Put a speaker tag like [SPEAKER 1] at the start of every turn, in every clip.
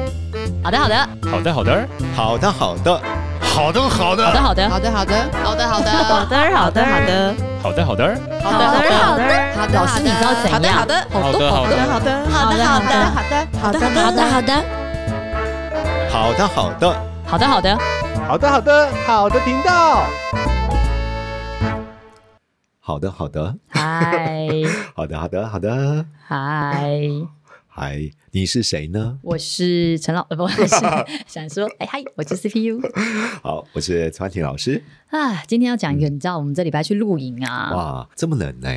[SPEAKER 1] 好的，好的，好的，好的，
[SPEAKER 2] 好的，好的，好的，好的，的好的
[SPEAKER 3] 好的，好的，好的，好的，好的，好的，
[SPEAKER 4] 好的，好的，
[SPEAKER 5] 好的，好的，好的，好的，好好的，
[SPEAKER 2] 老师你知道怎
[SPEAKER 5] 好的，
[SPEAKER 2] 样
[SPEAKER 5] 好的，
[SPEAKER 3] 好的，好
[SPEAKER 1] 好
[SPEAKER 3] 的，
[SPEAKER 1] 的，
[SPEAKER 5] 好的，好的，好的，好的，好的，好的，
[SPEAKER 4] 好的，好的。
[SPEAKER 2] 好的，好的，
[SPEAKER 6] 好的，好的，好的频道。
[SPEAKER 4] 好的，好的，
[SPEAKER 2] 嗨
[SPEAKER 4] 好的，好的，好的。
[SPEAKER 2] 嗨，
[SPEAKER 4] 嗨，你是谁呢？
[SPEAKER 2] 我是陈老，呃，不是想说，哎嗨，我是 CPU
[SPEAKER 4] 好，我是川婷老师。
[SPEAKER 2] 啊。今天要讲一个，你知道我们这礼拜去露营啊，
[SPEAKER 4] 哇，这么冷呢、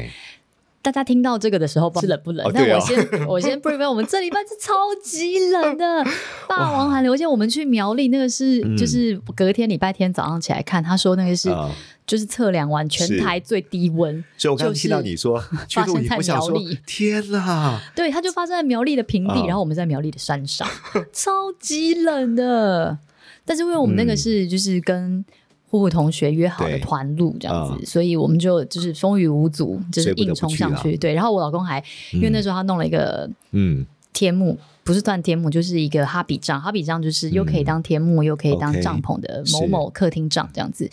[SPEAKER 2] 大家听到这个的时候不知道冷不冷？
[SPEAKER 4] 哦
[SPEAKER 2] 但
[SPEAKER 4] 对
[SPEAKER 2] 我
[SPEAKER 4] 啊
[SPEAKER 2] 先我先 brief，我们这礼拜是超级冷的，霸王寒流。而且我们去苗栗那个是，
[SPEAKER 4] 嗯
[SPEAKER 2] 就是隔天礼拜天早上起来看，他说那个是
[SPEAKER 4] 啊
[SPEAKER 2] 就是测量完全
[SPEAKER 4] 是
[SPEAKER 2] 台最低温，
[SPEAKER 4] 所以我刚刚
[SPEAKER 2] 就是
[SPEAKER 4] 听到你说、去
[SPEAKER 2] 发
[SPEAKER 4] 露
[SPEAKER 2] 生
[SPEAKER 4] 营，
[SPEAKER 2] 在
[SPEAKER 4] 我想说
[SPEAKER 2] 苗栗，
[SPEAKER 4] 天哪！
[SPEAKER 2] 对，它就发生在苗栗的平地，
[SPEAKER 4] 啊
[SPEAKER 2] 然后我们在苗栗的山 上，超级冷的。但是因为我们那个是
[SPEAKER 4] 嗯
[SPEAKER 2] 就是跟呼呼同学约好的
[SPEAKER 4] 对
[SPEAKER 2] 团路这样子，
[SPEAKER 4] 啊
[SPEAKER 2] 所以我们就就是风雨无阻，就是
[SPEAKER 4] 所以不得
[SPEAKER 2] 硬
[SPEAKER 4] 不
[SPEAKER 2] 冲
[SPEAKER 4] 去
[SPEAKER 2] 上
[SPEAKER 4] 啦
[SPEAKER 2] 去。对，然后我老公还因为那
[SPEAKER 4] 嗯
[SPEAKER 2] 时候他弄了一个
[SPEAKER 4] 嗯，
[SPEAKER 2] 天幕，不是算天幕，就是一个哈比帐。哈比帐就是又可以当天幕，又可以当
[SPEAKER 4] 嗯 OK，
[SPEAKER 2] 帐篷的
[SPEAKER 4] 是
[SPEAKER 2] 某某客厅帐这样子。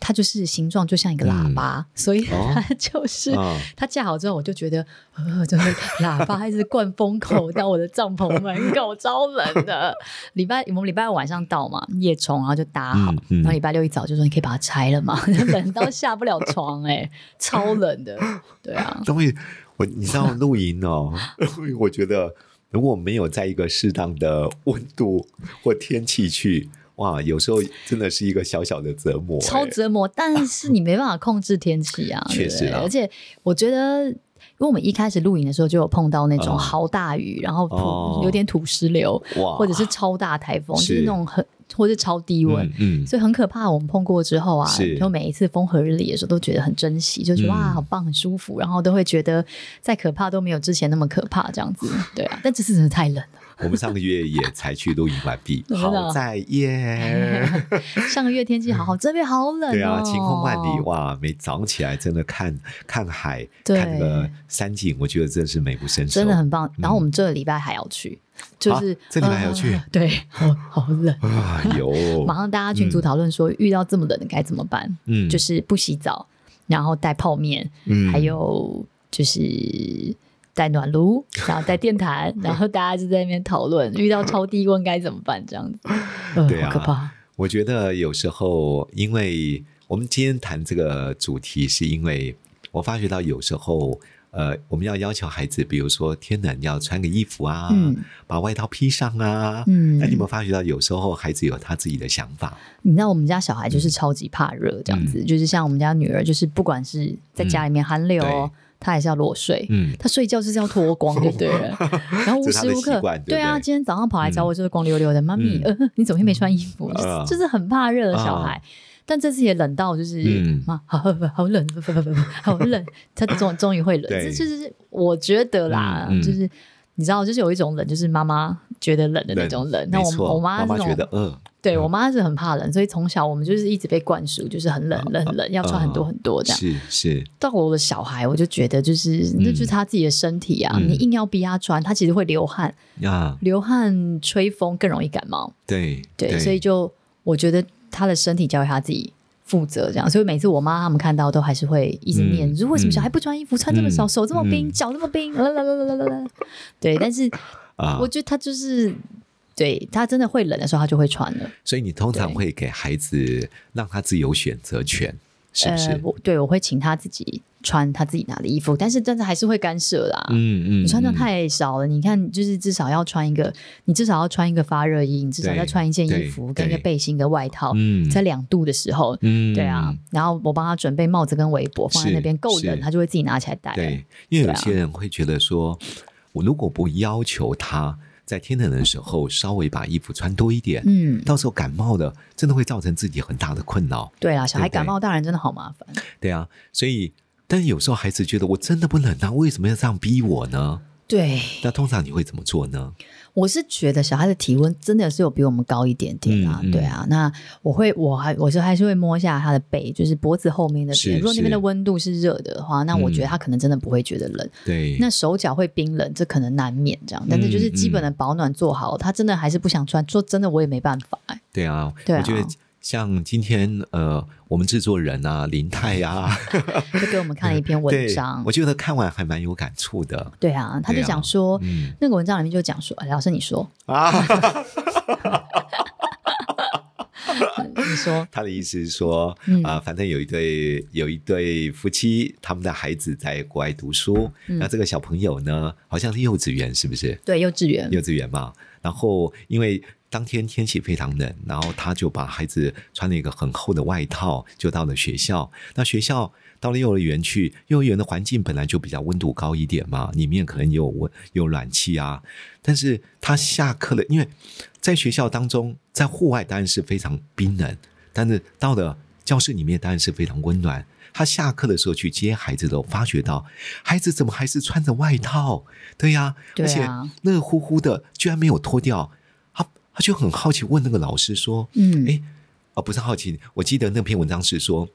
[SPEAKER 2] 它就是形状就像一个喇叭，所以
[SPEAKER 4] 哦
[SPEAKER 2] 它就是、
[SPEAKER 4] 啊
[SPEAKER 2] 它架好之后，我就觉得呃， 就是喇叭一直灌风口到我的帐篷门口，超冷的。礼拜我们礼拜二晚上到嘛，夜冲，然后就搭好，
[SPEAKER 4] 嗯嗯
[SPEAKER 2] 然后礼拜六一早就说你可以把它拆了嘛， 冷到下不了床哎、超冷的，对啊。
[SPEAKER 4] 东西，我你知 道露营哦， 我觉得如果没有在一个适当的温度或天气去，哇，有时候真的是一个小小的折磨、
[SPEAKER 2] 超
[SPEAKER 4] 哎
[SPEAKER 2] 折磨，但是你没办法控制天气啊，
[SPEAKER 4] 确实
[SPEAKER 2] 对不对
[SPEAKER 4] 啊
[SPEAKER 2] 而且我觉得。因为我们一开始露营的时候就有碰到那种
[SPEAKER 4] 嗯
[SPEAKER 2] 豪大雨，然后土、
[SPEAKER 4] 哦
[SPEAKER 2] 有点土石流，
[SPEAKER 4] 哇，
[SPEAKER 2] 或者是超大台风，就是
[SPEAKER 4] 是
[SPEAKER 2] 那种很或是超低温，
[SPEAKER 4] 嗯
[SPEAKER 2] 所以很可怕。我们碰过之后啊，
[SPEAKER 4] 是
[SPEAKER 2] 就每一次风和日丽的时候都觉得很珍惜，就觉得、
[SPEAKER 4] 嗯
[SPEAKER 2] 哇好棒很舒服，然后都会觉得再可怕都没有之前那么可怕这样 子，对啊。但这次真的太冷了，
[SPEAKER 4] 我们上个月也才去露营完毕
[SPEAKER 2] ，真的哦
[SPEAKER 4] 好在 耶！
[SPEAKER 2] 上个月天气好好，这边好冷、哦，
[SPEAKER 4] 嗯对啊，晴空万里哇！每早上起来真的看看海，
[SPEAKER 2] 哦对
[SPEAKER 4] 看那个山景，我觉得真是美不胜收，
[SPEAKER 2] 真的很棒。然后我
[SPEAKER 4] 嗯
[SPEAKER 2] 们这个礼拜还要去，就是、
[SPEAKER 4] 啊这礼拜还要去
[SPEAKER 2] 呃对， 好好冷。
[SPEAKER 4] 啊， 有
[SPEAKER 2] 马上大家群组讨论说，遇到这么冷的该怎么办？
[SPEAKER 4] 嗯
[SPEAKER 2] 就是不洗澡，然后带泡面，
[SPEAKER 4] 嗯
[SPEAKER 2] 还有就是带暖 炉，然后带电毯，然后大家就在那边讨论，遇到超低温该怎么办？这样 子，呃
[SPEAKER 4] 对啊
[SPEAKER 2] 好可怕。
[SPEAKER 4] 我觉得有时候，因为我们今天谈这个主题，是因为我发觉到有时候，呃，我们要要求孩子，比如说天冷要穿个衣服啊，
[SPEAKER 2] 嗯
[SPEAKER 4] 把外套披上啊。
[SPEAKER 2] 嗯
[SPEAKER 4] 那你有没有发觉到，有时候孩子有他自己的想法？
[SPEAKER 2] 你知道我们家小孩
[SPEAKER 4] 嗯
[SPEAKER 2] 就是超级怕热，这样子，就是像我们家女儿，就是不管是在家里面寒流哦，
[SPEAKER 4] 嗯
[SPEAKER 2] 她还是要裸睡，
[SPEAKER 4] 嗯，
[SPEAKER 2] 他睡觉就是要脱光，对不 对了？然后无
[SPEAKER 4] 这是他
[SPEAKER 2] 时
[SPEAKER 4] 的
[SPEAKER 2] 无刻
[SPEAKER 4] 习惯对不对
[SPEAKER 2] 啊，今天早上跑来找我就是光溜溜的，妈咪，呃
[SPEAKER 4] 嗯，
[SPEAKER 2] 你怎么又没穿衣服？就是
[SPEAKER 4] 啊
[SPEAKER 2] 就是很怕热的小孩
[SPEAKER 4] 啊。
[SPEAKER 2] 但这次也冷到就是
[SPEAKER 4] 嗯
[SPEAKER 2] 妈，好好好冷，不不不不不好冷， 他终终于会冷。
[SPEAKER 4] 对
[SPEAKER 2] 这就是我觉得啦，
[SPEAKER 4] 嗯嗯
[SPEAKER 2] 就是你知道，就是有一种冷，就是妈妈觉得冷的那种冷。那
[SPEAKER 4] 没
[SPEAKER 2] 我
[SPEAKER 4] 错，
[SPEAKER 2] 我妈
[SPEAKER 4] 妈
[SPEAKER 2] 这
[SPEAKER 4] 觉得呃
[SPEAKER 2] 种，
[SPEAKER 4] 饿，
[SPEAKER 2] 对我妈是很怕冷，所以从小我们就是一直被灌输，就是很冷冷冷，要穿很多
[SPEAKER 4] 啊
[SPEAKER 2] 很多这样。
[SPEAKER 4] 是是，
[SPEAKER 2] 到了我的小孩，我就觉得就是那就是他自己的身体啊，
[SPEAKER 4] 嗯
[SPEAKER 2] 你硬要逼他穿，他其实会流汗，
[SPEAKER 4] 啊，
[SPEAKER 2] 流汗吹风更容易感冒。
[SPEAKER 4] 对
[SPEAKER 2] 对，所以就我觉得他的身体交给他自己负责，这样。所以每次我妈他们看到都还是会一直念，
[SPEAKER 4] 嗯
[SPEAKER 2] 就是为什么
[SPEAKER 4] 嗯
[SPEAKER 2] 小孩不穿衣服，穿这么少，
[SPEAKER 4] 嗯
[SPEAKER 2] 手这么冰，
[SPEAKER 4] 嗯
[SPEAKER 2] 脚这么冰，啦啦啦啦啦啦。对，但是
[SPEAKER 4] 啊
[SPEAKER 2] 我，觉得他就是。对他真的会冷的时候，他就会穿了。
[SPEAKER 4] 所以你通常
[SPEAKER 2] 对
[SPEAKER 4] 会给孩子让他自己有选择权，是不是？
[SPEAKER 2] 呃，我对我会请他自己穿他自己拿的衣服，但是但是还是会干涉啦。
[SPEAKER 4] 嗯嗯，
[SPEAKER 2] 你穿的
[SPEAKER 4] 嗯
[SPEAKER 2] 太少了，你看，就是至少要穿一个，你至少要穿一个发热衣，你至少
[SPEAKER 4] 对
[SPEAKER 2] 要穿一件衣
[SPEAKER 4] 对
[SPEAKER 2] 服跟一
[SPEAKER 4] 对
[SPEAKER 2] 个背心、跟外套，
[SPEAKER 4] 嗯
[SPEAKER 2] 在两度的时候，
[SPEAKER 4] 嗯
[SPEAKER 2] 对啊，然后我帮他准备帽子跟围脖放在
[SPEAKER 4] 是
[SPEAKER 2] 那边，够冷
[SPEAKER 4] 是
[SPEAKER 2] 他就会自己拿起来戴。
[SPEAKER 4] 对，因
[SPEAKER 2] 对
[SPEAKER 4] 为有
[SPEAKER 2] 啊
[SPEAKER 4] 些人会觉得说，我如果不要求他在天冷的时候稍微把衣服穿多一点，
[SPEAKER 2] 嗯，
[SPEAKER 4] 到时候感冒的真的会造成自己很大的困扰。
[SPEAKER 2] 对啊，小孩
[SPEAKER 4] 对不对
[SPEAKER 2] 感冒，大人真的好麻烦。
[SPEAKER 4] 对啊，所以但有时候孩子觉得我真的不冷啊，为什么要这样逼我呢？
[SPEAKER 2] 对，
[SPEAKER 4] 那通常你会怎么做呢？
[SPEAKER 2] 我是觉得小孩的体温真的是有比我们高一点点啊，
[SPEAKER 4] 嗯嗯
[SPEAKER 2] 对啊。那我会，我还我是还是会摸一下他的背，就是脖子后面的
[SPEAKER 4] 是
[SPEAKER 2] 边。如果那边的
[SPEAKER 4] 是
[SPEAKER 2] 温度是热的话，那我觉得
[SPEAKER 4] 嗯
[SPEAKER 2] 他可能真的不会觉得冷。
[SPEAKER 4] 对，嗯
[SPEAKER 2] 那手脚会冰冷，这可能难免这样，但是就是基本的保暖做好，他真的还是不想穿，说真的我也没办法哎、
[SPEAKER 4] 对啊，
[SPEAKER 2] 对啊
[SPEAKER 4] 我觉得像今天呃，我们制作人啊，林泰啊，
[SPEAKER 2] 就给我们看了一篇文
[SPEAKER 4] 对
[SPEAKER 2] 章
[SPEAKER 4] 我，觉得看完还蛮有感触的。
[SPEAKER 2] 对啊，他就
[SPEAKER 4] 对啊
[SPEAKER 2] 讲说、
[SPEAKER 4] 嗯
[SPEAKER 2] 那个文章里面就讲说，哎老师你说，
[SPEAKER 4] 啊，
[SPEAKER 2] 嗯你说，
[SPEAKER 4] 他的意思是说，啊、
[SPEAKER 2] 嗯
[SPEAKER 4] 反正有一对有一对夫妻，他们的孩子在国外读书，
[SPEAKER 2] 嗯
[SPEAKER 4] 那这个小朋友呢，好像是幼稚园，是不是？
[SPEAKER 2] 对，幼稚园，
[SPEAKER 4] 幼稚园嘛。然后因为当天天气非常冷，然后他就把孩子穿了一个很厚的外套，就到了学校。那学校到了幼儿园去，幼儿园的环境本来就比较温度高一点嘛，里面可能有温有暖气啊。但是他下课了，因为在学校当中，在户外当然是非常冰冷，但是到了教室里面当然是非常温暖。他下课的时候去接孩子的时候，发觉到孩子怎么还是穿着外套？对呀、
[SPEAKER 2] 对
[SPEAKER 4] 而且
[SPEAKER 2] 啊
[SPEAKER 4] 热乎乎的，居然没有脱掉。他他就很好奇问那个老师说
[SPEAKER 2] 嗯：“，
[SPEAKER 4] 哎、啊，不是好奇，我记得那篇文章是说，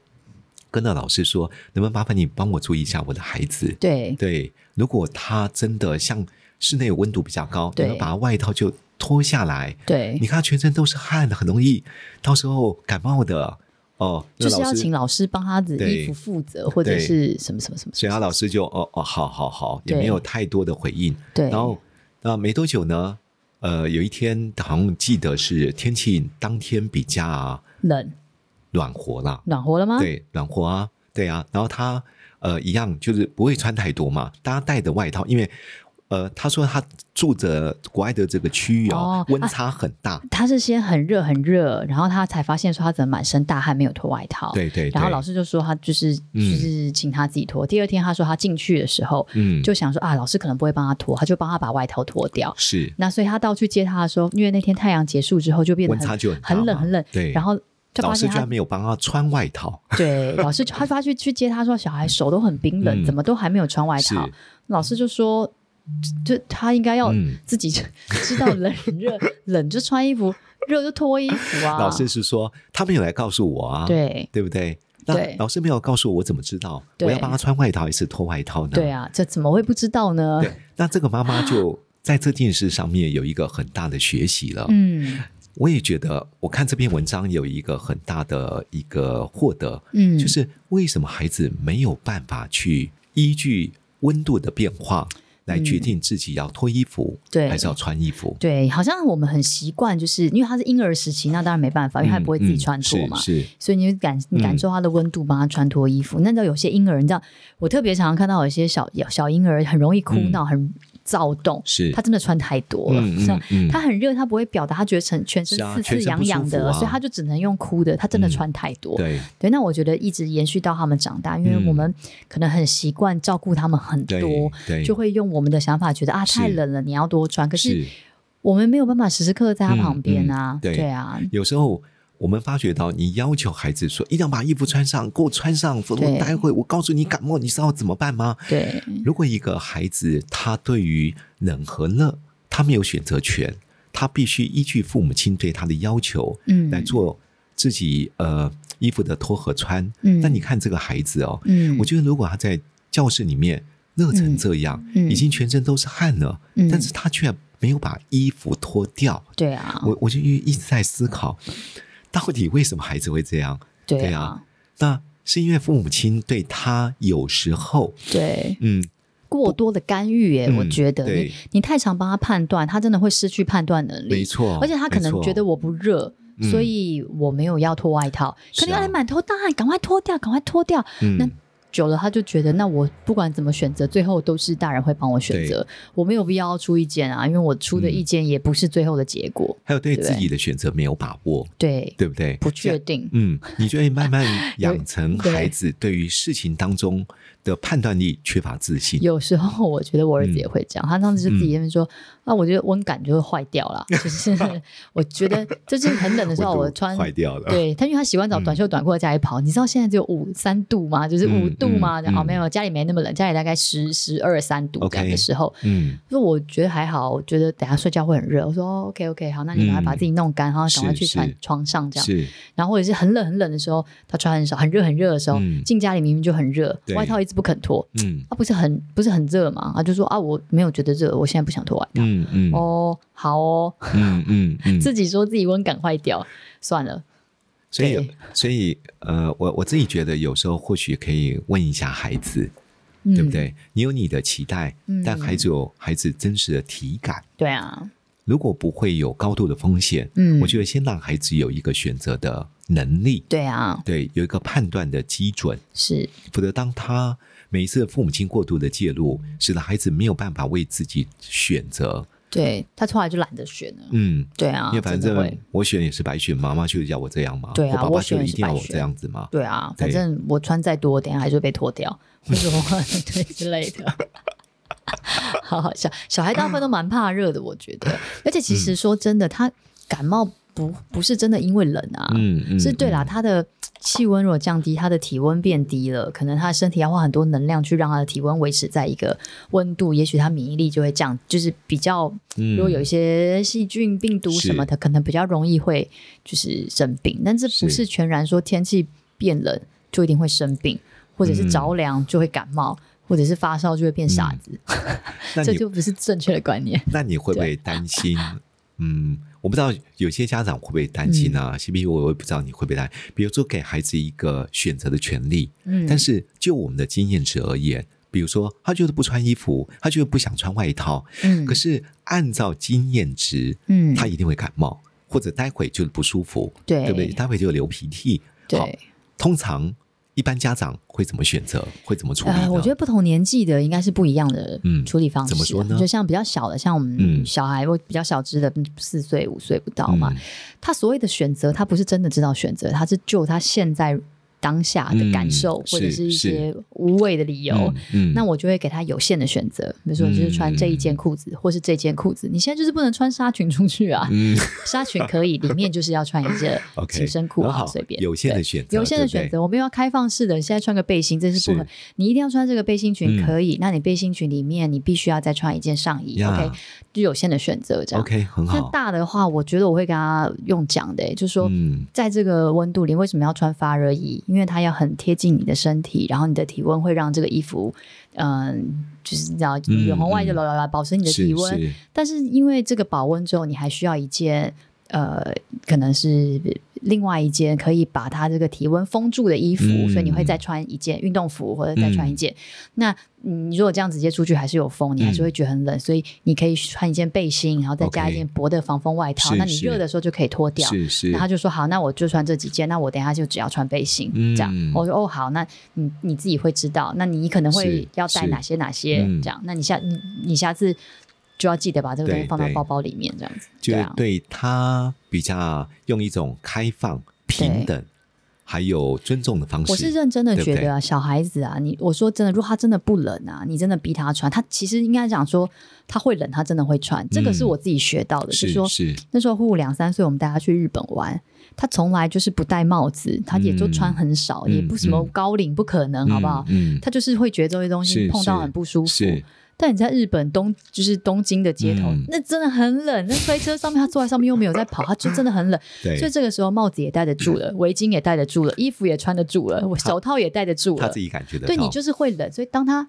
[SPEAKER 4] 跟那老师说，能不能麻烦你帮我注意一下我的孩子？
[SPEAKER 2] 对
[SPEAKER 4] 对，如果他真的像室内温度比较高，
[SPEAKER 2] 对
[SPEAKER 4] 能不能把外套就脱下来？
[SPEAKER 2] 对
[SPEAKER 4] 你，看他全身都是汗，很容易到时候感冒的哦。那
[SPEAKER 2] 就是
[SPEAKER 4] 老
[SPEAKER 2] 要
[SPEAKER 4] 师
[SPEAKER 2] 请老师帮他的衣服负责，或者
[SPEAKER 4] 对
[SPEAKER 2] 是什么什么什么，
[SPEAKER 4] 所以他老师就哦哦，好好好，也
[SPEAKER 2] 对
[SPEAKER 4] 没有太多的回应。
[SPEAKER 2] 对，
[SPEAKER 4] 然后那没多久呢，呃，有一天好像记得是天气当天比较
[SPEAKER 2] 冷
[SPEAKER 4] 暖和啦，
[SPEAKER 2] 暖和了吗？
[SPEAKER 4] 对，暖和啊，对啊。然后他呃一样就是不会穿太多嘛，大家带的外套，因为呃他说他住着国外的这个区域哦
[SPEAKER 2] 哦，
[SPEAKER 4] 温差很大，
[SPEAKER 2] 他是先很热很热，然后他才发现说他怎么满身大汗没有脱外套，
[SPEAKER 4] 对对对。
[SPEAKER 2] 哦然后老师就说他就是就
[SPEAKER 4] 嗯
[SPEAKER 2] 是请他自己脱。第二天他说他进去的时候，
[SPEAKER 4] 嗯
[SPEAKER 2] 就想说啊，老师可能不会帮他脱，他就帮他把外套脱掉。
[SPEAKER 4] 是
[SPEAKER 2] 那所以他到去接他的时候，因为那天太阳结束之后就变得
[SPEAKER 4] 温差
[SPEAKER 2] 很
[SPEAKER 4] 就很大
[SPEAKER 2] 很冷
[SPEAKER 4] 嘛
[SPEAKER 2] 很冷，
[SPEAKER 4] 对
[SPEAKER 2] 然后就
[SPEAKER 4] 老
[SPEAKER 2] 发
[SPEAKER 4] 师
[SPEAKER 2] 现
[SPEAKER 4] 居
[SPEAKER 2] 他
[SPEAKER 4] 然没有帮他穿外套，
[SPEAKER 2] 对老师就他发去去接他说小孩手都很冰冷，
[SPEAKER 4] 嗯
[SPEAKER 2] 怎么都还没有穿外套
[SPEAKER 4] 是？
[SPEAKER 2] 老师就说。就就他应该要
[SPEAKER 4] 嗯
[SPEAKER 2] 自己 知道冷热，冷就穿衣服，热就脱衣服啊。
[SPEAKER 4] 老师是说他没有来告诉我啊，
[SPEAKER 2] 对
[SPEAKER 4] 对不对？那
[SPEAKER 2] 对
[SPEAKER 4] 老师没有告诉我，我怎么知道
[SPEAKER 2] 对
[SPEAKER 4] 我要帮他穿外套还是脱外套呢？
[SPEAKER 2] 对啊，这怎么会不知道呢？
[SPEAKER 4] 对，那这个妈妈就在这件事上面有一个很大的学习了。
[SPEAKER 2] 嗯
[SPEAKER 4] 我也觉得，我看这篇文章有一个很大的一个获得，
[SPEAKER 2] 嗯，
[SPEAKER 4] 就是为什么孩子没有办法去依据温度的变化来决定自己要脱衣服，
[SPEAKER 2] 嗯对
[SPEAKER 4] 还是要穿衣服？
[SPEAKER 2] 对，好像我们很习惯，就是因为他是婴儿时期，那当然没办法，因为他也不会自己穿脱嘛。
[SPEAKER 4] 嗯嗯是是
[SPEAKER 2] 所以你就感你感受他的温度，帮他穿脱衣服。那你知道有些婴儿，你知道，我特别常常看到有些小小婴儿很容易哭闹，很躁动，
[SPEAKER 4] 嗯是
[SPEAKER 2] 他真的穿太多了，
[SPEAKER 4] 嗯嗯
[SPEAKER 2] 你知道
[SPEAKER 4] 嗯
[SPEAKER 2] 他很热，他不会表达，他觉得全全身
[SPEAKER 4] 是啊
[SPEAKER 2] 刺
[SPEAKER 4] 全
[SPEAKER 2] 刺
[SPEAKER 4] 身
[SPEAKER 2] 痒
[SPEAKER 4] 不舒
[SPEAKER 2] 痒
[SPEAKER 4] 服
[SPEAKER 2] 的，
[SPEAKER 4] 啊
[SPEAKER 2] 所以他就只能用哭的，他真的
[SPEAKER 4] 嗯
[SPEAKER 2] 穿太多。
[SPEAKER 4] 对
[SPEAKER 2] 对，那我觉得一直延续到他们长大，因为
[SPEAKER 4] 嗯
[SPEAKER 2] 我们可能很习惯照顾他们很
[SPEAKER 4] 对
[SPEAKER 2] 多，
[SPEAKER 4] 对，
[SPEAKER 2] 就会用我们的想法觉得啊
[SPEAKER 4] 是
[SPEAKER 2] 太冷了，你要多穿。可是
[SPEAKER 4] 是
[SPEAKER 2] 我们没有办法时时刻刻在他旁边啊，
[SPEAKER 4] 嗯嗯对
[SPEAKER 2] 啊，
[SPEAKER 4] 有时候我们发觉到，你要求孩子说一定要把衣服穿上，给我穿上，否则
[SPEAKER 2] 对
[SPEAKER 4] 我待会我告诉你感冒，你知道怎么办吗？
[SPEAKER 2] 对，
[SPEAKER 4] 如果一个孩子他对于冷和热，他没有选择权，他必须依据父母亲对他的要求
[SPEAKER 2] 嗯，
[SPEAKER 4] 来做自己呃衣服的脱和穿。
[SPEAKER 2] 嗯
[SPEAKER 4] 那你看这个孩子哦，
[SPEAKER 2] 嗯，
[SPEAKER 4] 我觉得如果他在教室里面热成这样，
[SPEAKER 2] 嗯嗯
[SPEAKER 4] 已经全身都是汗了，
[SPEAKER 2] 嗯
[SPEAKER 4] 但是他却没有把衣服脱掉。
[SPEAKER 2] 对啊，
[SPEAKER 4] 我我就一一直在思考，到底为什么孩子会这样？
[SPEAKER 2] 对
[SPEAKER 4] 对
[SPEAKER 2] 啊
[SPEAKER 4] 啊，那是因为父母亲对他有时候，
[SPEAKER 2] 对
[SPEAKER 4] 嗯，
[SPEAKER 2] 过多的干预，哎，
[SPEAKER 4] 嗯
[SPEAKER 2] 我觉得
[SPEAKER 4] 对
[SPEAKER 2] 你你太常帮他判断，他真的会失去判断能
[SPEAKER 4] 没
[SPEAKER 2] 力，
[SPEAKER 4] 错，
[SPEAKER 2] 而且他可能觉得
[SPEAKER 4] 我
[SPEAKER 2] 我不热。
[SPEAKER 4] 嗯
[SPEAKER 2] 所以我没有要脱外套，
[SPEAKER 4] 是
[SPEAKER 2] 可能
[SPEAKER 4] 啊
[SPEAKER 2] 要来满头大汗，赶快脱掉，赶快脱掉。那
[SPEAKER 4] 嗯，
[SPEAKER 2] 久了，他就觉得，那我不管怎么选择，最后都是大人会帮我选择，我没有必要出意见啊，因为我出的
[SPEAKER 4] 嗯
[SPEAKER 2] 意见也不是最后的结果。
[SPEAKER 4] 还有对
[SPEAKER 2] 对
[SPEAKER 4] 自己的选择没有把握，
[SPEAKER 2] 对，
[SPEAKER 4] 对不对？
[SPEAKER 2] 不确定。
[SPEAKER 4] 嗯，你就会慢慢
[SPEAKER 2] 有
[SPEAKER 4] 养成 孩子对于事情当中的判断力缺乏自信。
[SPEAKER 2] 有时候我觉得我儿子
[SPEAKER 4] 嗯
[SPEAKER 2] 也会这样，他当时就自己在那边说、啊，我觉得温感就会坏掉啦，就是 我觉得就是很冷的时候，
[SPEAKER 4] 温度
[SPEAKER 2] 我穿
[SPEAKER 4] 坏掉了，嗯
[SPEAKER 2] 对他，因为他洗完澡短袖短裤在家里跑，你知道现在只有五三度吗？就是五
[SPEAKER 4] 嗯
[SPEAKER 2] 度吗？
[SPEAKER 4] 嗯
[SPEAKER 2] 这样哦，
[SPEAKER 4] 嗯
[SPEAKER 2] 没有，家里没那么冷，家里大概十十二三度这样
[SPEAKER 4] OK
[SPEAKER 2] 的时候，
[SPEAKER 4] 嗯，
[SPEAKER 2] 他说我觉得还好，我觉得等下睡觉会很热。我说 OK OK，好，那你赶快
[SPEAKER 4] 嗯
[SPEAKER 2] 把自己弄干，然后赶快
[SPEAKER 4] 是
[SPEAKER 2] 去床
[SPEAKER 4] 是
[SPEAKER 2] 床上这样。
[SPEAKER 4] 是
[SPEAKER 2] 然后或者是很冷很冷的时候，他穿很少，很热很热的时候，
[SPEAKER 4] 嗯
[SPEAKER 2] 进家里明明就很热，
[SPEAKER 4] 对
[SPEAKER 2] 外套一直不肯脱，
[SPEAKER 4] 嗯
[SPEAKER 2] 啊他、不是很不是很热嘛？他就说啊，我没有觉得热，我现在不想脱外套。
[SPEAKER 4] 嗯嗯
[SPEAKER 2] 哦，好哦，
[SPEAKER 4] 嗯嗯嗯，
[SPEAKER 2] 自己说自己温感坏掉，算了，
[SPEAKER 4] 所以
[SPEAKER 2] 对
[SPEAKER 4] 所以呃，我我自己觉得有时候或许可以问一下孩子，
[SPEAKER 2] 嗯、
[SPEAKER 4] 对不？对？你有你的期待，
[SPEAKER 2] 嗯
[SPEAKER 4] 但孩子有孩子真实的体感。
[SPEAKER 2] 对啊，
[SPEAKER 4] 如果不会有高度的风险，
[SPEAKER 2] 嗯
[SPEAKER 4] 我觉得先让孩子有一个选择的能力，
[SPEAKER 2] 对啊，
[SPEAKER 4] 对，有一个判断的基准，
[SPEAKER 2] 是，
[SPEAKER 4] 否则当他每一次父母亲过度的介入，使得孩子没有办法为自己选择，
[SPEAKER 2] 对他后来就懒得选了，
[SPEAKER 4] 嗯。
[SPEAKER 2] 对啊，
[SPEAKER 4] 因为反
[SPEAKER 2] 真的
[SPEAKER 4] 正
[SPEAKER 2] 会。
[SPEAKER 4] 我选也是白选，妈妈就叫我这样嘛，
[SPEAKER 2] 对啊
[SPEAKER 4] 我爸
[SPEAKER 2] 我
[SPEAKER 4] 爸
[SPEAKER 2] 选
[SPEAKER 4] 就
[SPEAKER 2] 也
[SPEAKER 4] 一
[SPEAKER 2] 是
[SPEAKER 4] 定要
[SPEAKER 2] 白
[SPEAKER 4] 我
[SPEAKER 2] 选
[SPEAKER 4] 这样子嘛。
[SPEAKER 2] 对啊，
[SPEAKER 4] 对
[SPEAKER 2] 反正我穿再多，等一下还是会被脱掉，或者我 对之类的。好好笑，小孩大部分都蛮怕热的，我觉得。而且其
[SPEAKER 4] 嗯
[SPEAKER 2] 实说真的，他感冒不不是真的因为冷啊，
[SPEAKER 4] 嗯嗯
[SPEAKER 2] 是对啦，
[SPEAKER 4] 嗯
[SPEAKER 2] 他的气温如果降低，他的体温变低了，可能他的身体要花很多能量去让他的体温维持在一个温度，也许他免疫力就会降，就是比较
[SPEAKER 4] 嗯
[SPEAKER 2] 如果有一些细菌、病毒什么的，可能比较容易会就是生病，但这不是
[SPEAKER 4] 是
[SPEAKER 2] 全然说天气变冷就一定会生病，或
[SPEAKER 4] 嗯
[SPEAKER 2] 者是着凉就会感冒，或者是发烧就会变傻子，
[SPEAKER 4] 那
[SPEAKER 2] 这
[SPEAKER 4] 嗯你
[SPEAKER 2] 就不是正确的观念。
[SPEAKER 4] 那你会不会担心？嗯，我不知道有些家长会不会担心
[SPEAKER 2] 嗯
[SPEAKER 4] 啊？C P，我我也不知道你会不会担心。比如说给孩子一个选择的权利，
[SPEAKER 2] 嗯，
[SPEAKER 4] 但是就我们的经验值而言，比如说他就是不穿衣服，他就是不想穿外套，
[SPEAKER 2] 嗯，
[SPEAKER 4] 可是按照经验值，
[SPEAKER 2] 嗯
[SPEAKER 4] 他一定会感冒，或者待会就不舒服，
[SPEAKER 2] 对
[SPEAKER 4] 对不对？待会就流鼻涕。好
[SPEAKER 2] 对，
[SPEAKER 4] 通常一般家长会怎么选择？会怎么处理呢？
[SPEAKER 2] 呃，我觉得不同年纪的应该是不一样的
[SPEAKER 4] 嗯
[SPEAKER 2] 处理方式。啊
[SPEAKER 4] 怎么说呢
[SPEAKER 2] 就像比较小的，像我们
[SPEAKER 4] 嗯
[SPEAKER 2] 小孩或比较小只的，四岁五岁不到嘛，
[SPEAKER 4] 嗯
[SPEAKER 2] 他所谓的选择，他不是真的知道选择，他是就他现在当下的感受、
[SPEAKER 4] 嗯
[SPEAKER 2] 或者
[SPEAKER 4] 是
[SPEAKER 2] 是一些无谓的理由。
[SPEAKER 4] 嗯
[SPEAKER 2] 那我就会给他有限的选择，比如说你就是穿这一件裤子，或是这件裤子。你现在就是不能穿纱裙出去啊，
[SPEAKER 4] 嗯
[SPEAKER 2] 纱裙可以，里面就是要穿一件
[SPEAKER 4] OK，
[SPEAKER 2] 紧身裤
[SPEAKER 4] 很
[SPEAKER 2] 啊，
[SPEAKER 4] 好
[SPEAKER 2] 随便。
[SPEAKER 4] 有限的
[SPEAKER 2] 对
[SPEAKER 4] 选择，
[SPEAKER 2] 有限的
[SPEAKER 4] 对不啊对
[SPEAKER 2] 选择，我们要开放式的。你现在穿个背心，这是不合
[SPEAKER 4] 是。
[SPEAKER 2] 你一定要穿这个背心裙
[SPEAKER 4] 嗯
[SPEAKER 2] 可以，那你背心裙里面你必须要再穿一件上衣。
[SPEAKER 4] 呀
[SPEAKER 2] OK，就有限的选择这样。
[SPEAKER 4] OK，很
[SPEAKER 2] 那
[SPEAKER 4] 好。
[SPEAKER 2] 大的话，我觉得我会跟他用讲的、欸，就是说，
[SPEAKER 4] 嗯
[SPEAKER 2] 在这个温度里，为什么要穿发热衣？因为它要很贴近你的身体，然后你的体温会让这个衣服，嗯，就是你知道
[SPEAKER 4] 嗯
[SPEAKER 2] 远红外就
[SPEAKER 4] 嗯
[SPEAKER 2] 啦啦啦，保持你的
[SPEAKER 4] 是
[SPEAKER 2] 体温。
[SPEAKER 4] 是
[SPEAKER 2] 但是因为这个保温之后，你还需要一件。呃，可能是另外一件可以把它这个体温封住的衣服，
[SPEAKER 4] 嗯
[SPEAKER 2] 所以你会再穿一件运动服或者再穿一件。那你如果这样直接出去还是有风，你还是会觉得很冷，所以你可以穿一件背心，然后再加
[SPEAKER 4] 嗯 OK
[SPEAKER 2] 一件薄的防风外套。
[SPEAKER 4] 是
[SPEAKER 2] 那你
[SPEAKER 4] 是
[SPEAKER 2] 热的时候就可以脱掉。
[SPEAKER 4] 是是，
[SPEAKER 2] 然后他就说好，那我就穿这几件，那我等一下就只要穿背心、
[SPEAKER 4] 嗯
[SPEAKER 2] 这样。我说哦好，那你你自己会知道，那你可能会
[SPEAKER 4] 是
[SPEAKER 2] 要带
[SPEAKER 4] 是
[SPEAKER 2] 哪些哪些、
[SPEAKER 4] 嗯
[SPEAKER 2] 这样，那你下你你下次就要记得把这个东西
[SPEAKER 4] 对
[SPEAKER 2] 放到
[SPEAKER 4] 对
[SPEAKER 2] 包包里面这样子。
[SPEAKER 4] 就
[SPEAKER 2] 对
[SPEAKER 4] 是
[SPEAKER 2] 啊，
[SPEAKER 4] 对他比较用一种开放、平等，还有尊重的方式。
[SPEAKER 2] 我是认真的
[SPEAKER 4] 对不
[SPEAKER 2] 觉
[SPEAKER 4] 对
[SPEAKER 2] 得啊，小孩子啊，你我说真的，如果他真的不冷啊，你真的逼他穿，他其实应该讲说他会冷，他真的会穿，这个是
[SPEAKER 4] 嗯
[SPEAKER 2] 我自己学到的，就是说
[SPEAKER 4] 是
[SPEAKER 2] 那时候呼呼两三岁，我们带他去日本玩，他从来就是不戴帽子，他也就穿很少，
[SPEAKER 4] 嗯
[SPEAKER 2] 也不什么
[SPEAKER 4] 嗯
[SPEAKER 2] 高领，不可能，好不好？
[SPEAKER 4] 嗯，嗯
[SPEAKER 2] 他就是会觉得这些东西
[SPEAKER 4] 是
[SPEAKER 2] 碰到
[SPEAKER 4] 是
[SPEAKER 2] 很不舒服。
[SPEAKER 4] 是
[SPEAKER 2] 但你在日本东，就是东京的街头，
[SPEAKER 4] 嗯
[SPEAKER 2] 那真的很冷。那推车上面，他坐在上面又没有在跑，他就真的很冷。
[SPEAKER 4] 对
[SPEAKER 2] 所以这个时候，帽子也戴得住 了，围巾也戴得住了，衣服也穿得住了，我手套也戴得住
[SPEAKER 4] 他
[SPEAKER 2] 了
[SPEAKER 4] 自。己感觉得到。
[SPEAKER 2] 对你就是会冷，所以当他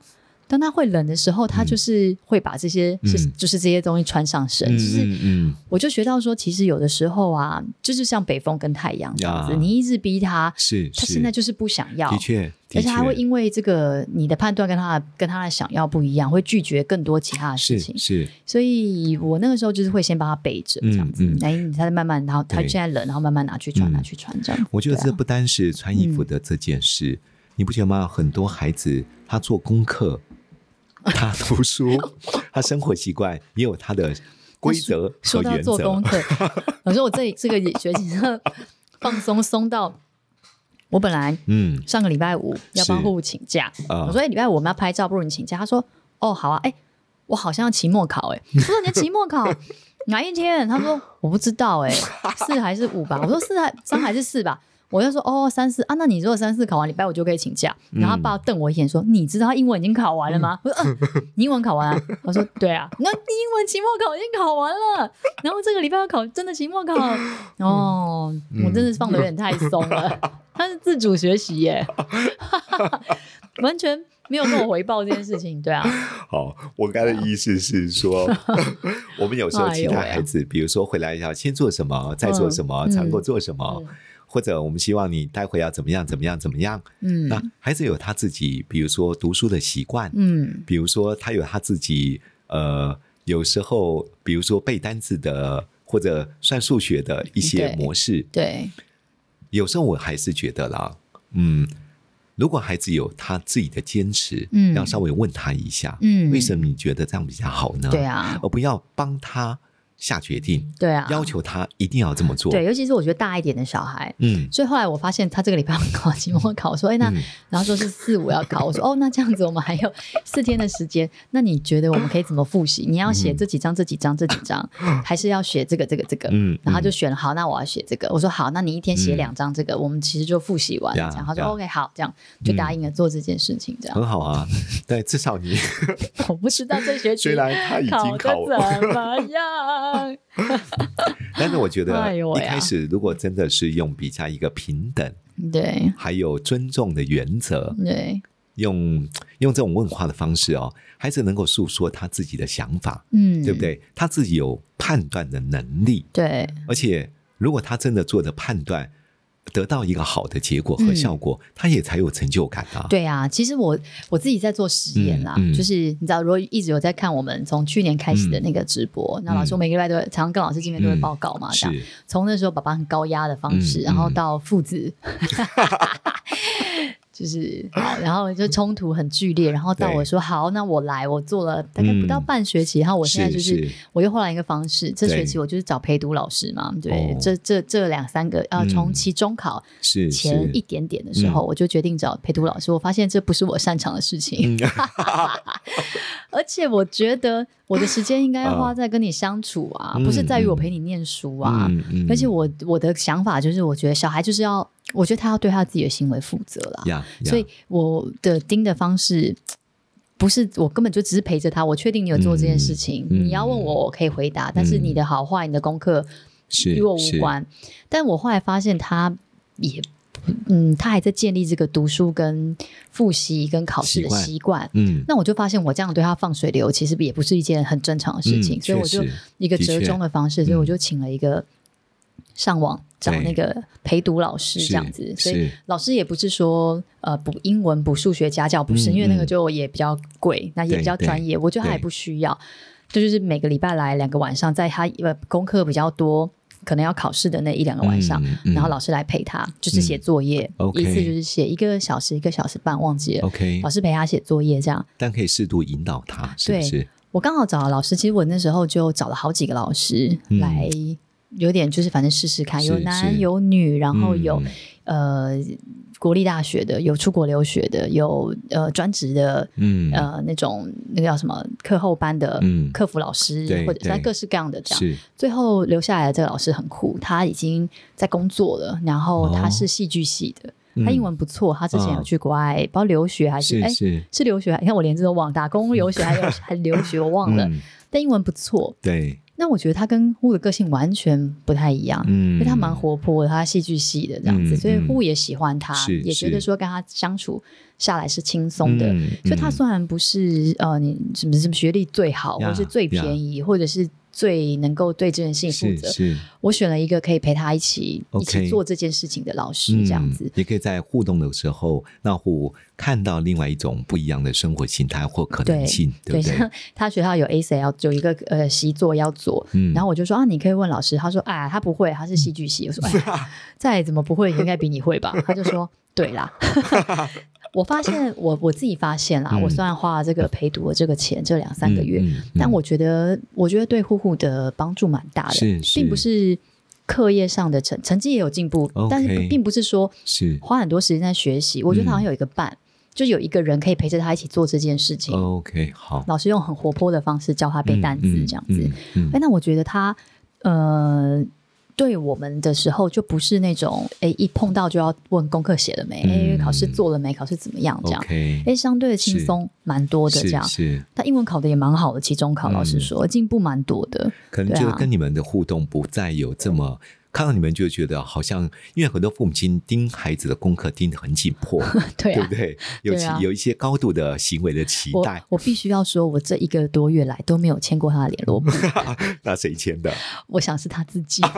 [SPEAKER 2] 当他会冷的时候，他就是会把这些、
[SPEAKER 4] 嗯
[SPEAKER 2] 是就是这些东西穿上身，
[SPEAKER 4] 嗯
[SPEAKER 2] 就是
[SPEAKER 4] 嗯嗯
[SPEAKER 2] 我就学到说，其实有的时候啊，就是像北风跟太阳这样子，
[SPEAKER 4] 呀
[SPEAKER 2] 你一直逼他，
[SPEAKER 4] 是
[SPEAKER 2] 他
[SPEAKER 4] 是
[SPEAKER 2] 现在就是不想要
[SPEAKER 4] 的。确，
[SPEAKER 2] 而
[SPEAKER 4] 的
[SPEAKER 2] 且
[SPEAKER 4] 确
[SPEAKER 2] 他会因为这个你的判断跟他的跟他的想要不一样，会拒绝更多其他的事
[SPEAKER 4] 是
[SPEAKER 2] 情。
[SPEAKER 4] 是
[SPEAKER 2] 所以我那个时候就是会先帮他备着这样子
[SPEAKER 4] 嗯嗯，
[SPEAKER 2] 哎、你他再慢慢，然后他
[SPEAKER 4] 对
[SPEAKER 2] 现在冷，然后慢慢拿去穿，
[SPEAKER 4] 嗯
[SPEAKER 2] 拿去穿这样。
[SPEAKER 4] 我觉得
[SPEAKER 2] 对
[SPEAKER 4] 这
[SPEAKER 2] 啊嗯
[SPEAKER 4] 不单是穿衣服的这件事，你不觉得吗？很多孩子他做功 课，他读书，他生活习惯也有他的规则
[SPEAKER 2] 说
[SPEAKER 4] 和
[SPEAKER 2] 到
[SPEAKER 4] 原
[SPEAKER 2] 做功
[SPEAKER 4] 则。
[SPEAKER 2] 课，我说我这这个学期真的放松松到，我本来
[SPEAKER 4] 嗯，
[SPEAKER 2] 上个礼拜五要帮
[SPEAKER 4] 是
[SPEAKER 2] 户户请假，
[SPEAKER 4] 啊
[SPEAKER 2] 我说、哎，礼拜五我们要拍照，不如你请假。他说哦好啊，哎、我好像要期末考哎、我说你的期末考欸哪一天？他说我不知道哎、四还是五吧？我说四还三还是四吧？我就说哦三四啊，那你如果三四考完，礼拜五就可以请假。
[SPEAKER 4] 嗯
[SPEAKER 2] 然后他爸瞪我一眼说：“你知道他英文已经考完了吗？”我说、呃：“你英文考完、啊？”我说：“对啊。”那你英文期末考已经考完了，然后这个礼拜要考真的期末考哦，我真的是放的有点太松了。 他是自主学习耶， 完全没有跟我回报这件事情。对啊，
[SPEAKER 4] 好，我刚才的意思 是说，我们有时候期待
[SPEAKER 2] 哎呦喂
[SPEAKER 4] 孩子，比如说回来一下，先做什么，再做什么，
[SPEAKER 2] 嗯
[SPEAKER 4] 才能够做什么
[SPEAKER 2] 嗯，
[SPEAKER 4] 或者我们希望你待会要怎么样，怎么样，怎么样。
[SPEAKER 2] 嗯
[SPEAKER 4] 那孩子有他自己，比如说读书的习惯，
[SPEAKER 2] 嗯
[SPEAKER 4] 比如说他有他自己，呃，有时候比如说背单词的或者算数学的一些
[SPEAKER 2] 对
[SPEAKER 4] 模式，
[SPEAKER 2] 对，
[SPEAKER 4] 有时候我还是觉得啦，嗯，如果孩子有他自己的坚持，
[SPEAKER 2] 嗯
[SPEAKER 4] 要稍微问他一下，
[SPEAKER 2] 嗯
[SPEAKER 4] 为什么你觉得这样比较好呢？
[SPEAKER 2] 对，啊，
[SPEAKER 4] 而不要帮他下决定，
[SPEAKER 2] 对啊，
[SPEAKER 4] 要求他一定要这么做。
[SPEAKER 2] 对，，尤其是我觉得大一点的小孩，
[SPEAKER 4] 嗯，
[SPEAKER 2] 所以后来我发现他这个礼拜要考期末考，我说：“哎、那、
[SPEAKER 4] 嗯
[SPEAKER 2] 然后说是四五要考。”我说：“哦，那这样子我们还有四天的时间，那你觉得我们可以怎么复习？你要写
[SPEAKER 4] 嗯
[SPEAKER 2] 这几章、这几章、这几 章，还是要写这个、这个、这个？”
[SPEAKER 4] 嗯
[SPEAKER 2] 然后他就
[SPEAKER 4] 嗯
[SPEAKER 2] 选了好，那我要写这个。我说好，那你一天写
[SPEAKER 4] 嗯
[SPEAKER 2] 两张这个，我们其实就复习完了。
[SPEAKER 4] 呀
[SPEAKER 2] 这样他说
[SPEAKER 4] 呀
[SPEAKER 2] OK，好，这样就答应了做这件事情。这 样
[SPEAKER 4] 很好啊。对，至少 你
[SPEAKER 2] 我不知道这学期
[SPEAKER 4] 虽然他已经考
[SPEAKER 2] 考的怎么 样。
[SPEAKER 4] 但是我觉得
[SPEAKER 2] 哎呦
[SPEAKER 4] 一
[SPEAKER 2] 喂啊
[SPEAKER 4] 开始如果真的是用比较一个平等
[SPEAKER 2] 对
[SPEAKER 4] 还有尊重的原则，
[SPEAKER 2] 对，
[SPEAKER 4] 用用这种问话的方式哦，孩子能够诉说他自己的想法，
[SPEAKER 2] 嗯，嗯
[SPEAKER 4] 对不？对？他自己有判断的能力，
[SPEAKER 2] 对，
[SPEAKER 4] 而且如果他真的做的判断。得到一个好的结果和
[SPEAKER 2] 嗯
[SPEAKER 4] 效果，他也才有成就感啊！
[SPEAKER 2] 对啊，其实我我自己在做实验啦，
[SPEAKER 4] 嗯嗯
[SPEAKER 2] 就是你知道，如果一直有在看我们从去年开始的那个直播，那老师
[SPEAKER 4] 嗯
[SPEAKER 2] 我每个礼拜都会常常跟老师见面都会
[SPEAKER 4] 嗯
[SPEAKER 2] 报告嘛，这样
[SPEAKER 4] 是，
[SPEAKER 2] 从那时候爸爸很高压的方式，
[SPEAKER 4] 嗯
[SPEAKER 2] 然后
[SPEAKER 4] 嗯
[SPEAKER 2] 到父 子。就是好，然后就冲突很剧烈，然后到
[SPEAKER 4] 对
[SPEAKER 2] 我说好，那我来，我做了大概不到
[SPEAKER 4] 嗯
[SPEAKER 2] 半学期，然后我现在就是
[SPEAKER 4] 是
[SPEAKER 2] 我又换了一个方式，这
[SPEAKER 4] 对
[SPEAKER 2] 学期我就是找陪读老师嘛，对，
[SPEAKER 4] 哦
[SPEAKER 2] 这这这两三个呃，从
[SPEAKER 4] 嗯
[SPEAKER 2] 期中考
[SPEAKER 4] 是
[SPEAKER 2] 前
[SPEAKER 4] 是
[SPEAKER 2] 一点点的时候，
[SPEAKER 4] 嗯
[SPEAKER 2] 我就决定找陪读老师。我发现这不是我擅长的事情，
[SPEAKER 4] 嗯
[SPEAKER 2] 而且我觉得我的时间应该要 花在跟你相处啊，
[SPEAKER 4] 嗯
[SPEAKER 2] 不是在于我陪你念书啊。
[SPEAKER 4] 嗯嗯
[SPEAKER 2] 而且我我的想法就是，我觉得小孩就是要，我觉得他要对他自己的行为负责啦。
[SPEAKER 4] 呀，呀
[SPEAKER 2] 所以我的盯的方式。不是，我根本就只是陪着他。我确定你有做这件事情，
[SPEAKER 4] 嗯嗯嗯
[SPEAKER 2] 你要问我，我可以回答。但是你的好坏、你的功课
[SPEAKER 4] 是
[SPEAKER 2] 与我无
[SPEAKER 4] 是
[SPEAKER 2] 关。但我后来发现，他也，嗯，他还在建立这个读书、跟复习、跟考试的
[SPEAKER 4] 习惯
[SPEAKER 2] 习惯。
[SPEAKER 4] 嗯，
[SPEAKER 2] 那我就发现，我这样对他放水流，其实也不是一件很正常的事情，
[SPEAKER 4] 嗯
[SPEAKER 2] 所以我
[SPEAKER 4] 确
[SPEAKER 2] 就
[SPEAKER 4] 实
[SPEAKER 2] 一个
[SPEAKER 4] 的
[SPEAKER 2] 折
[SPEAKER 4] 确嗯
[SPEAKER 2] 中的方式，所以我就请了一个上网找
[SPEAKER 4] 对
[SPEAKER 2] 那个陪读老师
[SPEAKER 4] 是
[SPEAKER 2] 这样子，所以
[SPEAKER 4] 是
[SPEAKER 2] 老师也不是说呃补英文补数学家教不是，
[SPEAKER 4] 嗯
[SPEAKER 2] 因为那个
[SPEAKER 4] 嗯
[SPEAKER 2] 就也比较贵，那也
[SPEAKER 4] 对
[SPEAKER 2] 比较专业，我觉得他也
[SPEAKER 4] 对
[SPEAKER 2] 不需要。这就是每个礼拜来两个晚上，在他呃功课比较多，可能要考试的那一两个晚上，
[SPEAKER 4] 嗯嗯
[SPEAKER 2] 然后老师来陪他，就是写
[SPEAKER 4] 嗯
[SPEAKER 2] 作业，
[SPEAKER 4] OK
[SPEAKER 2] 一次就是写一个小时、一个小时半，忘记了。
[SPEAKER 4] OK，
[SPEAKER 2] 老师陪他写作业这样，
[SPEAKER 4] 但可以适度引导他，是不
[SPEAKER 2] 对
[SPEAKER 4] 是？
[SPEAKER 2] 我刚好找了老师，其实我那时候就找了好几个老师
[SPEAKER 4] 嗯
[SPEAKER 2] 来，有点就是反正试试看，
[SPEAKER 4] 是
[SPEAKER 2] 有男
[SPEAKER 4] 是
[SPEAKER 2] 有女，然后
[SPEAKER 4] 嗯
[SPEAKER 2] 有、呃国立大学的，有出国留学的，有呃专职的，
[SPEAKER 4] 嗯
[SPEAKER 2] 呃那种那个叫什么课后班的
[SPEAKER 4] 嗯
[SPEAKER 2] 客服老师，
[SPEAKER 4] 对
[SPEAKER 2] 或者是
[SPEAKER 4] 对
[SPEAKER 2] 各式各样的这样。
[SPEAKER 4] 是
[SPEAKER 2] 最后留下来的这个老师很酷，他已经在工作了，然后他
[SPEAKER 4] 哦
[SPEAKER 2] 是戏剧系的，
[SPEAKER 4] 嗯
[SPEAKER 2] 他英文不错，他之前有
[SPEAKER 4] 嗯
[SPEAKER 2] 去国外，不知道留学还是
[SPEAKER 4] 是
[SPEAKER 2] 哎。
[SPEAKER 4] 是，
[SPEAKER 2] 是留学，你看我连这都忘，打工留学 还有还留学，我忘了。
[SPEAKER 4] 嗯
[SPEAKER 2] 但英文不错，
[SPEAKER 4] 对，
[SPEAKER 2] 那我觉得他跟呼的个性完全不太一样，因
[SPEAKER 4] 嗯
[SPEAKER 2] 为他蛮活泼的，他戏剧系的这样子，
[SPEAKER 4] 嗯
[SPEAKER 2] 所以
[SPEAKER 4] 嗯
[SPEAKER 2] 呼也喜欢他，
[SPEAKER 4] 是
[SPEAKER 2] 也觉得
[SPEAKER 4] 是
[SPEAKER 2] 说跟他相处下来是轻松的。
[SPEAKER 4] 嗯
[SPEAKER 2] 所以他
[SPEAKER 4] 嗯
[SPEAKER 2] 虽然不是呃，你什么什么学历最好，
[SPEAKER 4] 呀
[SPEAKER 2] 或是最便宜，或者是最能够对这件事情负
[SPEAKER 4] 是
[SPEAKER 2] 责，
[SPEAKER 4] 是
[SPEAKER 2] 我选了一个可以陪他一起一起
[SPEAKER 4] OK
[SPEAKER 2] 做这件事情的老师，这样子
[SPEAKER 4] 嗯。也可以在互动的时候，让互看到另外一种不一样的生活形态或可能性，对不对
[SPEAKER 2] 像？他学校有 A C 要有一个呃习作要做，
[SPEAKER 4] 嗯
[SPEAKER 2] 然后我就说啊，你可以问老师，他说哎，他不会，他是戏剧系。我说
[SPEAKER 4] 啊
[SPEAKER 2] 哎，再怎么不会，也应该比你会 吧？他就说对啦。 我发现我我自己发现啦，
[SPEAKER 4] 嗯
[SPEAKER 2] 我虽然花了这个陪读的这个钱，这两三个月，
[SPEAKER 4] 嗯嗯嗯
[SPEAKER 2] 但我觉得我觉得对户户的帮助蛮大的，
[SPEAKER 4] 是是
[SPEAKER 2] 并不是。课业上的成成绩也有进步
[SPEAKER 4] OK 嗯
[SPEAKER 2] 但是并不是说
[SPEAKER 4] 是
[SPEAKER 2] 花很多时间在学习。我觉得他好像有一个伴，就有一个人可以陪着他一起做这件事情。
[SPEAKER 4] OK 好，嗯
[SPEAKER 2] 老师用很活泼的方式教他背单词，这样子。哎、
[SPEAKER 4] 嗯，嗯嗯
[SPEAKER 2] 那我觉得他呃，对我们的时候，就不是那种哎一碰到就要问功课写了没，哎、
[SPEAKER 4] 嗯
[SPEAKER 2] 考试做了没，考试怎么样这样。
[SPEAKER 4] OK，
[SPEAKER 2] 哎，相对的轻松蛮多的，这样。
[SPEAKER 4] 是是，
[SPEAKER 2] 他英文考的也蛮好的，期中考
[SPEAKER 4] 嗯
[SPEAKER 2] 老实说进步蛮多的。
[SPEAKER 4] 可能
[SPEAKER 2] 对
[SPEAKER 4] 就
[SPEAKER 2] 啊
[SPEAKER 4] 跟你们的互动不再有这么。看到你们就觉得好像，因为很多父母亲盯孩子的功课盯得很紧迫，
[SPEAKER 2] 对
[SPEAKER 4] 对
[SPEAKER 2] 啊
[SPEAKER 4] 不，对？有
[SPEAKER 2] 对
[SPEAKER 4] 其
[SPEAKER 2] 啊
[SPEAKER 4] 有一些高度的行为的期
[SPEAKER 2] 我
[SPEAKER 4] 待，
[SPEAKER 2] 我必须要说，我这一个多月来都没有签过他的联 络簿，
[SPEAKER 4] 那谁签的？
[SPEAKER 2] 我想是他自己。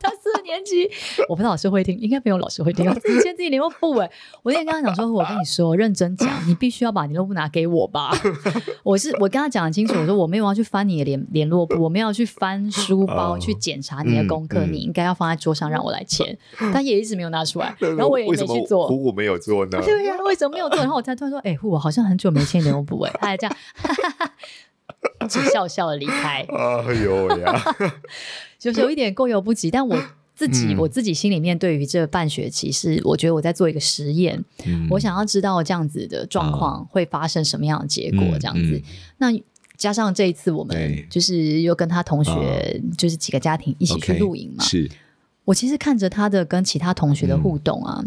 [SPEAKER 2] 他四年级，我不知道老师会听，应该没有老师会听。我自己签自己联络簿哎，我那天跟他讲说，我跟你说，认真讲，你必须要把联络簿拿给我吧。 我是我跟他讲得清楚，我说我没有要去翻你的联联络簿，我没有要去翻书包
[SPEAKER 4] 哦
[SPEAKER 2] 去检查你的功课，
[SPEAKER 4] 嗯嗯
[SPEAKER 2] 你应该要放在桌上让我来 签。他也一直没有拿出来，然后我也没
[SPEAKER 4] 为什么
[SPEAKER 2] 去做。啊
[SPEAKER 4] 虎虎没有做呢？
[SPEAKER 2] 对呀、为什么没有做？然后我才突然说，哎、我好像很久没签联络簿哎，他还这样， 只笑笑的离开，
[SPEAKER 4] 哎呦喂呀，
[SPEAKER 2] 就是有一点过犹不及。但我自己、
[SPEAKER 4] 嗯
[SPEAKER 2] 我自己心里面对于这半学期是，我觉得我在做一个实验，
[SPEAKER 4] 嗯啊
[SPEAKER 2] 我想要知道这样子的状况会发生什么样的结果，
[SPEAKER 4] 嗯
[SPEAKER 2] 这样子。，那加上这一次我
[SPEAKER 4] 对啊
[SPEAKER 2] 们就是又跟他同学，就是几个家庭一
[SPEAKER 4] 一
[SPEAKER 2] 起去露营嘛，
[SPEAKER 4] 是
[SPEAKER 2] 我其实看着他的跟其他同
[SPEAKER 4] 嗯
[SPEAKER 2] 学的互动啊，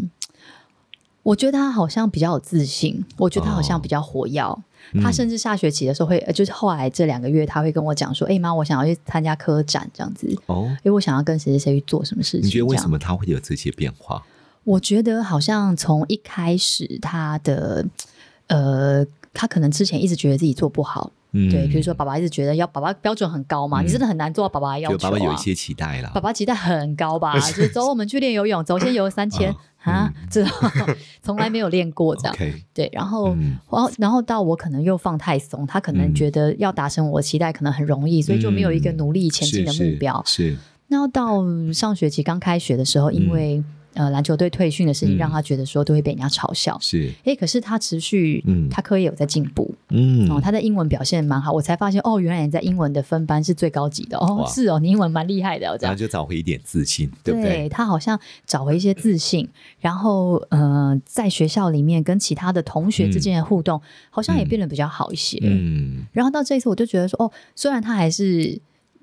[SPEAKER 2] 我觉得他好像比较有自信，我觉得他好像比较活跃。
[SPEAKER 4] 哦嗯
[SPEAKER 2] 他甚至下学期的时候会，呃就是后来这两个月他会跟我讲说：“哎、妈，我想要去参加科展这样子，
[SPEAKER 4] 哦。
[SPEAKER 2] 因为我想要跟谁谁谁去做什么事情。”
[SPEAKER 4] 你觉得为
[SPEAKER 2] 这
[SPEAKER 4] 什
[SPEAKER 2] 样？
[SPEAKER 4] 么他会有这些变化？
[SPEAKER 2] 我觉得好像从一开始他的呃。他可能之前一直觉得自己做不好，
[SPEAKER 4] 嗯
[SPEAKER 2] 对，比如说爸爸一直觉得要爸爸标准很高嘛，
[SPEAKER 4] 嗯
[SPEAKER 2] 你真的很难做到爸爸的要求、
[SPEAKER 4] 就
[SPEAKER 2] 啊。
[SPEAKER 4] 爸爸有一些期待啦。
[SPEAKER 2] 爸爸期待很高 吧？就是走，我们去练游泳，走先游三千啊，这种 从来没有练过这样。
[SPEAKER 4] 嗯 OK，
[SPEAKER 2] 对，然后，
[SPEAKER 4] 嗯
[SPEAKER 2] 然后，然后到我可能又放太松，他可能
[SPEAKER 4] 嗯
[SPEAKER 2] 觉得要达成我的期待可能很容易，所以就没有一个努力前进的
[SPEAKER 4] 是
[SPEAKER 2] 目标。
[SPEAKER 4] 是是
[SPEAKER 2] 那要到上学期刚开学的时候，因为呃篮球队退训的事情，
[SPEAKER 4] 嗯
[SPEAKER 2] 让他觉得说都会被人家嘲笑。
[SPEAKER 4] 是，
[SPEAKER 2] 诶，可是他持续，
[SPEAKER 4] 嗯
[SPEAKER 2] 他课业有在进步，
[SPEAKER 4] 嗯
[SPEAKER 2] 哦，他的英文表现蛮好，我才发现哦，原来你在英文的分班是最高级的
[SPEAKER 4] 哇
[SPEAKER 2] 哦，是哦，你英文蛮厉害的哦，这样
[SPEAKER 4] 然后。就找回一点自信，对不对？
[SPEAKER 2] 他好像找回一些自信，然后呃，在学校里面跟其他的同学之间的互动，好像也变得比较好一些。
[SPEAKER 4] 嗯，
[SPEAKER 2] 然后到这一次，我就觉得说，哦，虽然他还是